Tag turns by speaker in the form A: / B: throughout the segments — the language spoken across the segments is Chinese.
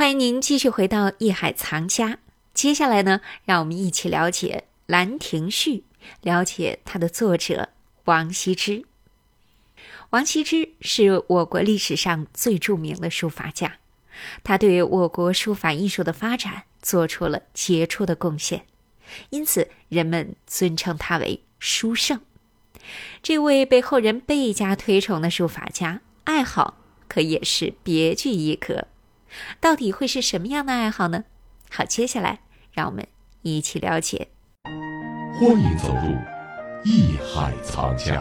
A: 欢迎您继续回到《艺海藏家》，接下来呢，让我们一起了解《兰亭序》，了解它的作者王羲之。王羲之是我国历史上最著名的书法家，他对我国书法艺术的发展做出了杰出的贡献，因此人们尊称他为“书圣”。这位被后人倍加推崇的书法家，爱好可也是别具一格。到底会是什么样的爱好呢？好，接下来让我们一起了解。
B: 欢迎走入艺海藏家。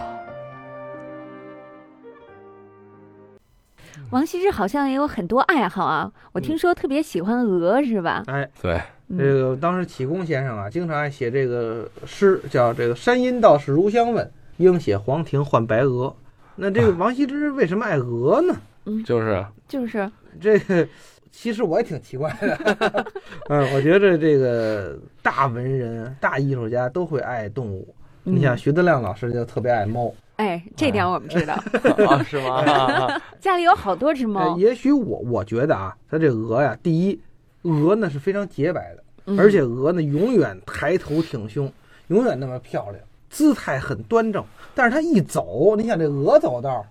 C: 王羲之好像也有很多爱好啊，我
D: 嗯
C: 听说特别喜欢鹅，是吧？
E: 哎，
D: 对，
E: 这个当时启功先生啊，经常爱写这个诗，叫这个“山阴道士如相问，应写黄庭唤白鹅”。那这个王羲之为什么爱鹅呢？
D: 就是
C: 就是
E: 这个其实我也挺奇怪的， 嗯，我觉着这个大文人、啊大艺术家都会爱动物。你想，徐德亮老师就特别爱猫，
C: 哎，这点我们知道，
D: 啊，是吗？啊
C: 家里有好多只
E: 呃
C: 猫，
D: 哎
E: 也许我我觉得啊，它这鹅呀，第一，鹅呢是非常洁白的，
C: 嗯
E: 而且鹅呢永远抬头挺胸，永远那么漂亮，姿态很端正。但是它一走，你想这鹅走道，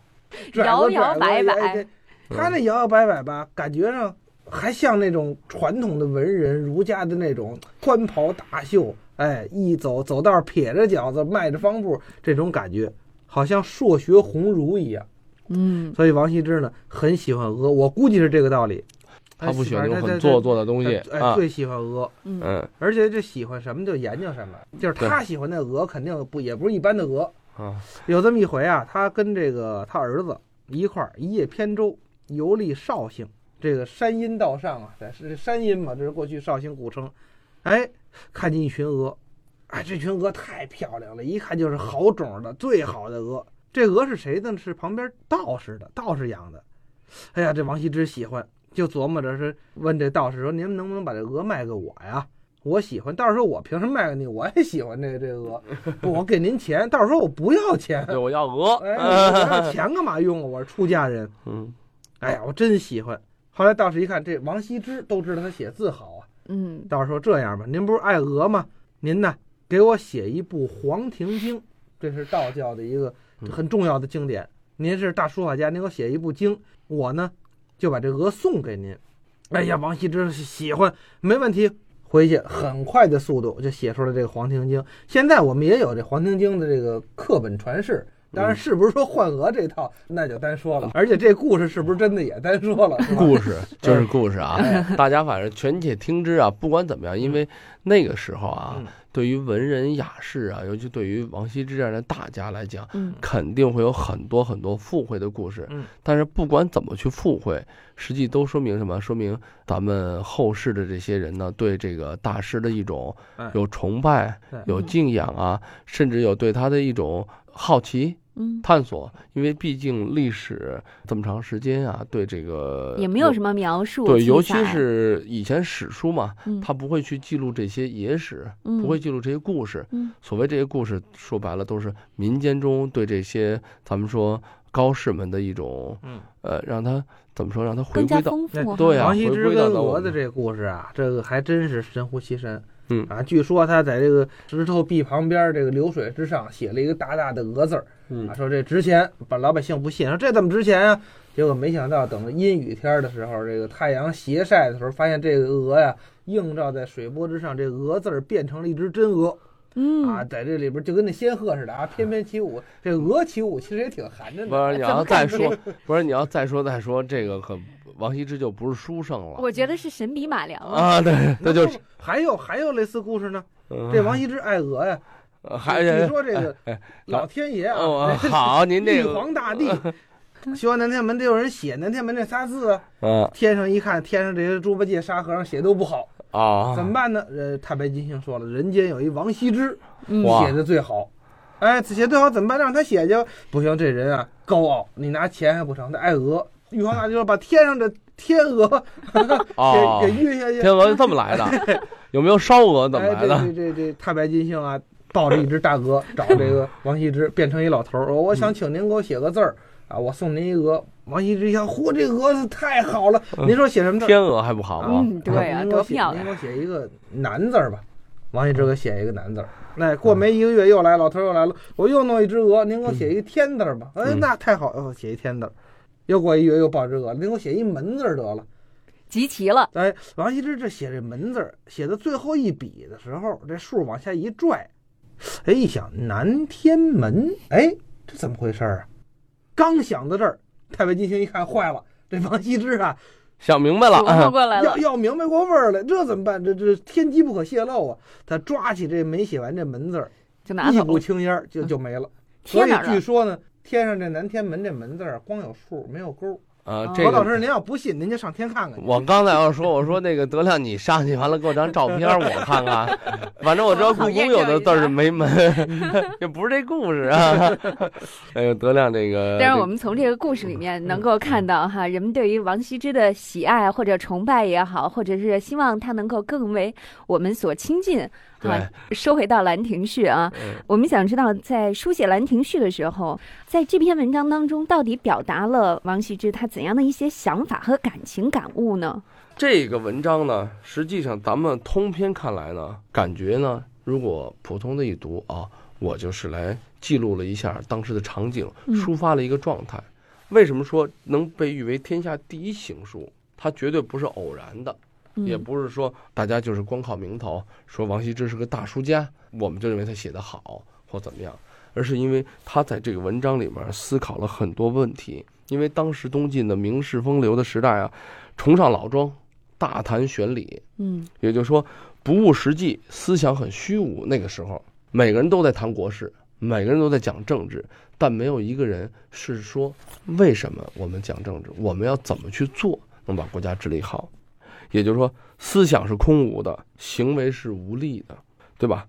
E: 转
C: 摇
E: 个
C: 摇
E: 转个
C: 摆
E: 哎
C: 摆
E: 这它那摇摇摆摆吧，感觉上还像那种传统的文人儒家的那种宽袍大袖，哎，一走走道撇着脚子，迈着方步，这种感觉好像硕学鸿儒一样。
C: 嗯，
E: 所以王羲之呢很喜欢鹅，我估计是这个道理。
D: 他不喜欢
E: 哎
D: 那种
E: 反正
D: 很做作的东
E: 他
D: 西
E: 他哎，
D: 啊，
E: 最喜欢鹅，
D: 嗯
E: 而且这喜欢什么就研究什么，就是他喜欢的鹅肯定不也不是一般的鹅。
D: 啊，
E: 有这么一回啊，他跟这个他儿子一块儿一叶扁舟游历绍兴，这个山阴道上啊，在是山阴嘛，这是过去绍兴古称。哎，看见一群鹅，哎，这群鹅太漂亮了，一看就是好种的最好的鹅。这鹅是谁的呢？是旁边道士的，道士养的。哎呀，这王羲之喜欢，就琢磨着是问这道士说：“您能不能把这鹅卖给我呀？我喜欢。”道士说：“我凭什么卖给你？我也喜欢这这鹅，不我给您钱。”道士说：“我不要钱。”
D: 对，我要鹅，
E: 哎，我 要钱干嘛用啊？我是出家人。
D: 嗯，
E: 哎呀，我真喜欢。后来道士一看，这王羲之都知道他写字好啊。
C: 嗯
E: 道士说：“这样吧，您不是爱鹅吗？您呢，给我写一部《黄庭经》，这是道教的一个
D: 嗯
E: 很重要的经典。您是大书法家，您给我写一部经，我呢就把这鹅送给您。”哎呀，王羲之喜欢，没问题。回去很快的速度就写出了这个《黄庭经》。现在我们也有这《黄庭经》的这个课本传世，当
D: 嗯
E: 然是不是说换鹅这套那就单说了，而且这故事是不是真的也单说了？是吧？哎
D: 故事就是故事啊， 大家反正全且听之啊。不管怎么样，因为那个时候啊
E: 嗯，
D: 对于文人雅士啊，尤其对于王羲之这样的大家来讲，
C: 嗯
D: 肯定会有很多很多附会的故事
E: 嗯。
D: 但是不管怎么去附会，实际都说明什么？说明咱们后世的这些人呢，对这个大师的一种
E: 哎
D: 有崇拜
E: 对、
D: 有敬仰啊，甚至有对他的一种好奇。
C: 嗯，
D: 探索，因为毕竟历史这么长时间啊，对这个
C: 也没有什么描述，
D: 对，尤
C: 记
D: 其
C: 载
D: 是以前史书嘛，
C: 嗯
D: 它不会去记录这些野史，
C: 嗯
D: 不会记录这些故事。
C: 嗯
D: 所谓这些故事，说白了都是民间中对这些咱们说高士们的一种，
E: 嗯
D: 呃，让他怎么说，让他回
C: 更加
D: 归到，
C: 丰富，
D: 对啊
E: 王羲之跟鹅
D: 回归到
E: 的这个故事啊，这个还真是神乎其神。
D: 嗯
E: 啊，据说他在这个石头壁旁边这个流水之上写了一个大大的鹅字儿，
D: 嗯
E: 啊，说这值钱，把老百姓不信，说这怎么值钱啊？结果没想到，等到阴雨天的时候，这个太阳斜晒的时候，发现这个鹅呀、映照在水波之上，这鹅字儿变成了一只真鹅啊，
C: 嗯，
E: 在这里边就跟那仙鹤似的啊，翩翩起舞。这鹅起舞其实也挺寒碜
D: 不
E: 的，
D: 是你要再说，不是你要再说再说这个可王羲之就不是书圣了
C: 我觉得是神笔马良了，
D: 啊，对，那就是
E: 还有还有类似故事呢。
D: 嗯
E: 这王羲之爱鹅呀，
D: 呃还
E: 据说这个
D: 哎
E: 老天爷
D: 哦
E: 啊，
D: 好，您这
E: 玉
D: 个
E: 皇大 帝修完南天门，得有人写南天门这仨字啊。
D: 嗯
E: 天上一看，天上这些猪八戒、沙和尚写都不好，
D: 啊，
E: 怎么办呢？呃，太白金星说了，人间有一王羲之
C: 嗯
D: 哇
E: 写的最好。哎，写最好怎么办？让他写去吧。不行，这人啊高傲，你拿钱还不成，他爱鹅。玉皇大帝说把天上的天鹅
D: 哦
E: 给给运下去，
D: 天鹅就这么来的， 有没有烧鹅怎么来
E: 哎、
D: 的？
E: 这这这这太白金星
D: 嗯
E: 啊，抱着一只大鹅找这个王羲之，变成一老头儿，我想请您给我写个字儿。啊，我送您一鹅。王羲之一看，嚯，这鹅子太好了！
D: 嗯
E: 您说写什么字儿？
D: 天鹅还不好吗？
C: 嗯，对啊，
E: 您给我
C: 多
E: 写
C: 漂
E: 您
C: 亮！
E: 给我写一个男字儿吧。王羲之给我写一个男字儿。那过
D: 嗯
E: 没一个月又来，老头儿又来了，我又弄一只鹅，您给我写一个天字儿吧。哎，
D: 嗯
E: 那太好了，写一天字儿。又过一月又抱只鹅，您给我写一门字儿得了。
C: 集齐了，
E: 哎，王羲之这写这门字儿，写到最后一笔的时候，这竖往下一拽，哎，一想南天门，哎，这怎么回事儿啊？刚想到这儿，太白金星一看，坏了，这王羲之 啊，
D: 想明白了，嗯
C: 琢磨过来了
E: 要，要明白过味儿来，这怎么办？这这天机不可泄露啊！他抓起这没写完这门字儿，
C: 就拿
E: 一
C: 走
E: 股
C: 了，嗯
E: 青烟儿就就没了。
C: 贴
E: 所以
C: 哪儿
E: 据
C: 了？
E: 说呢，天上这南天门这门字儿啊光有竖没有勾。
D: 呃，
C: 哦
D: 这
E: 何老
D: 个
E: 师，您要不信，您就上天看看去。
D: 我刚才要说，我说那个德亮，你上去完了给我张照片，我 看看。反正我知道故宫有的字儿是没门， 也不是这故事啊。哎呦，德亮这个，
C: 但是我们从这个故事里
D: 嗯
C: 面能够看到哈，人们对于王羲之的喜爱或者崇拜也好，或者是希望他能够更为我们所亲近。
D: 对
C: 啊，说回到《兰亭序》啊，
D: 嗯
C: 我们想知道在书写《兰亭序》的时候，在这篇文章当中到底表达了王羲之他怎样的一些想法和感情感悟呢？
D: 这个文章呢，实际上咱们通篇看来呢，感觉呢，如果普通的一读啊，我就是来记录了一下当时的场景，
C: 嗯
D: 抒发了一个状态。为什么说能被誉为天下第一行书？它绝对不是偶然的，也
C: 嗯，
D: 不是说大家就是光靠名头说王羲之是个大书家，我们就认为他写得好或怎么样，而是因为他在这个文章里面思考了很多问题。因为当时东晋的名士风流的时代啊，崇尚老庄，大谈玄理，
C: 嗯，
D: 也就是说不务实际，思想很虚无。那个时候，每个人都在谈国事，每个人都在讲政治，但没有一个人是说为什么我们讲政治，我们要怎么去做能把国家治理好。也就是说，思想是空无的，行为是无力的，对吧？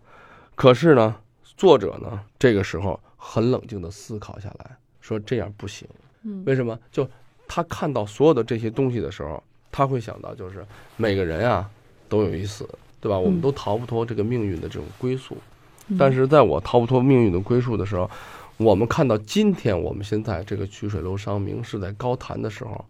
D: 可是呢，作者呢，这个时候很冷静地思考下来，说这样不行。
C: 嗯
D: 为什么？就他看到所有的这些东西的时候，他会想到，就是每个人啊都有一死，对吧？我们
C: 嗯
D: 都逃不脱这个命运的这种归宿。
C: 嗯
D: 但是在我逃不脱命运的归宿的时候，我们看到今天我们现在这个曲水流觞、名士在高谈的时候，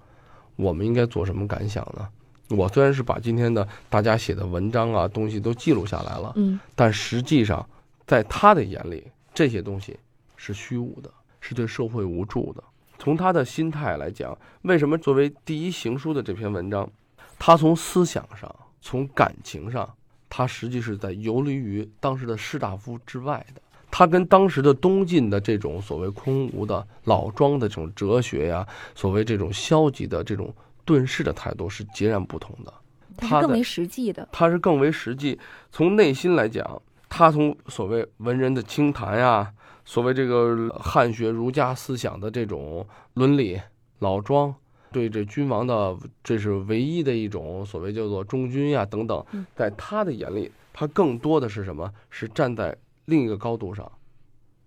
D: 我们应该做什么感想呢？我虽然是把今天的大家写的文章啊东西都记录下来了，
C: 嗯
D: 但实际上，在他的眼里，这些东西是虚无的，是对社会无助的。从他的心态来讲，为什么作为第一行书的这篇文章，他从思想上、从感情上，他实际是在游离于当时的士大夫之外的。他跟当时的东晋的这种所谓空无的老庄的这种哲学呀、所谓这种消极的这种遁世的态度是截然不同的。
C: 它是
D: 他的
C: 更为实际的，
D: 他是更为实际。从内心来讲，他从所谓文人的清谈呀、所谓这个汉学儒家思想的这种伦理、老庄对这君王的，这是唯一的一种所谓叫做忠君呀、等等
C: 嗯，
D: 在他的眼里，他更多的是什么？是站在另一个高度上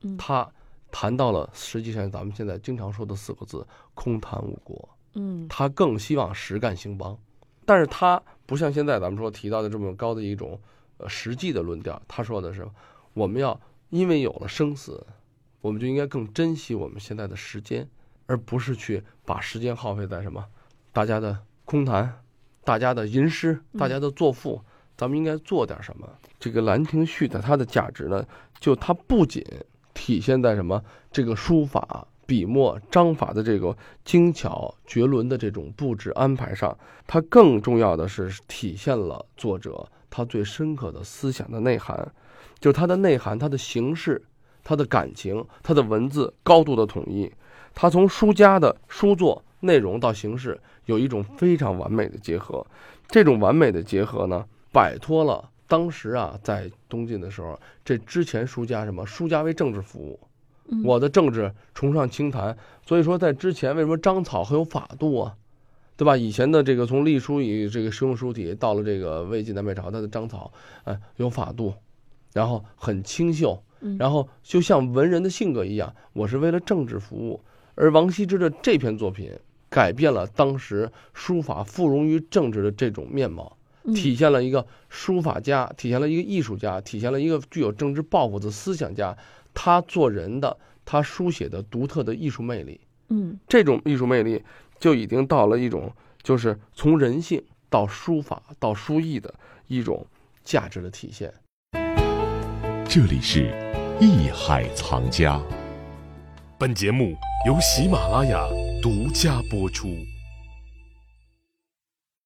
C: 嗯，
D: 他谈到了实际上咱们现在经常说的四个字“空谈误国”。
C: 嗯
D: 他更希望实干兴邦，但是他不像现在咱们说提到的这么高的一种呃实际的论调，他说的是我们要因为有了生死，我们就应该更珍惜我们现在的时间，而不是去把时间耗费在什么大家的空谈、大家的吟诗、
C: 嗯
D: 大家的作赋。咱们应该做点什么？这个《兰亭序》的它的价值呢，就它不仅体现在什么这个书法、笔墨、章法的这个精巧绝伦的这种布置安排上，它更重要的是体现了作者他最深刻的思想的内涵，就是它的内涵、它的形式、它的感情、它的文字高度的统一。他从书家的书作内容到形式有一种非常完美的结合，这种完美的结合呢，摆脱了当时啊在东晋的时候，这之前书家什么书家为政治服务，
C: 嗯
D: 我的政治崇尚清谈，所以说在之前为什么章草很有法度啊，对吧？以前的这个从隶书以这个实用书体到了这个魏晋南北朝，它的章草，呃，有法度，然后很清秀
C: 嗯，
D: 然后就像文人的性格一样，我是为了政治服务。而王羲之的这篇作品改变了当时书法附庸于政治的这种面貌。
C: 嗯
D: 体现了一个书法家，体现了一个艺术家，体现了一个具有政治抱负的思想家，他做人的，他书写的独特的艺术魅力，
C: 嗯
D: 这种艺术魅力就已经到了一种就是从人性到书法到书艺的一种价值的体现。
B: 这里是艺海藏家。
F: 本节目由喜马拉雅独家播出。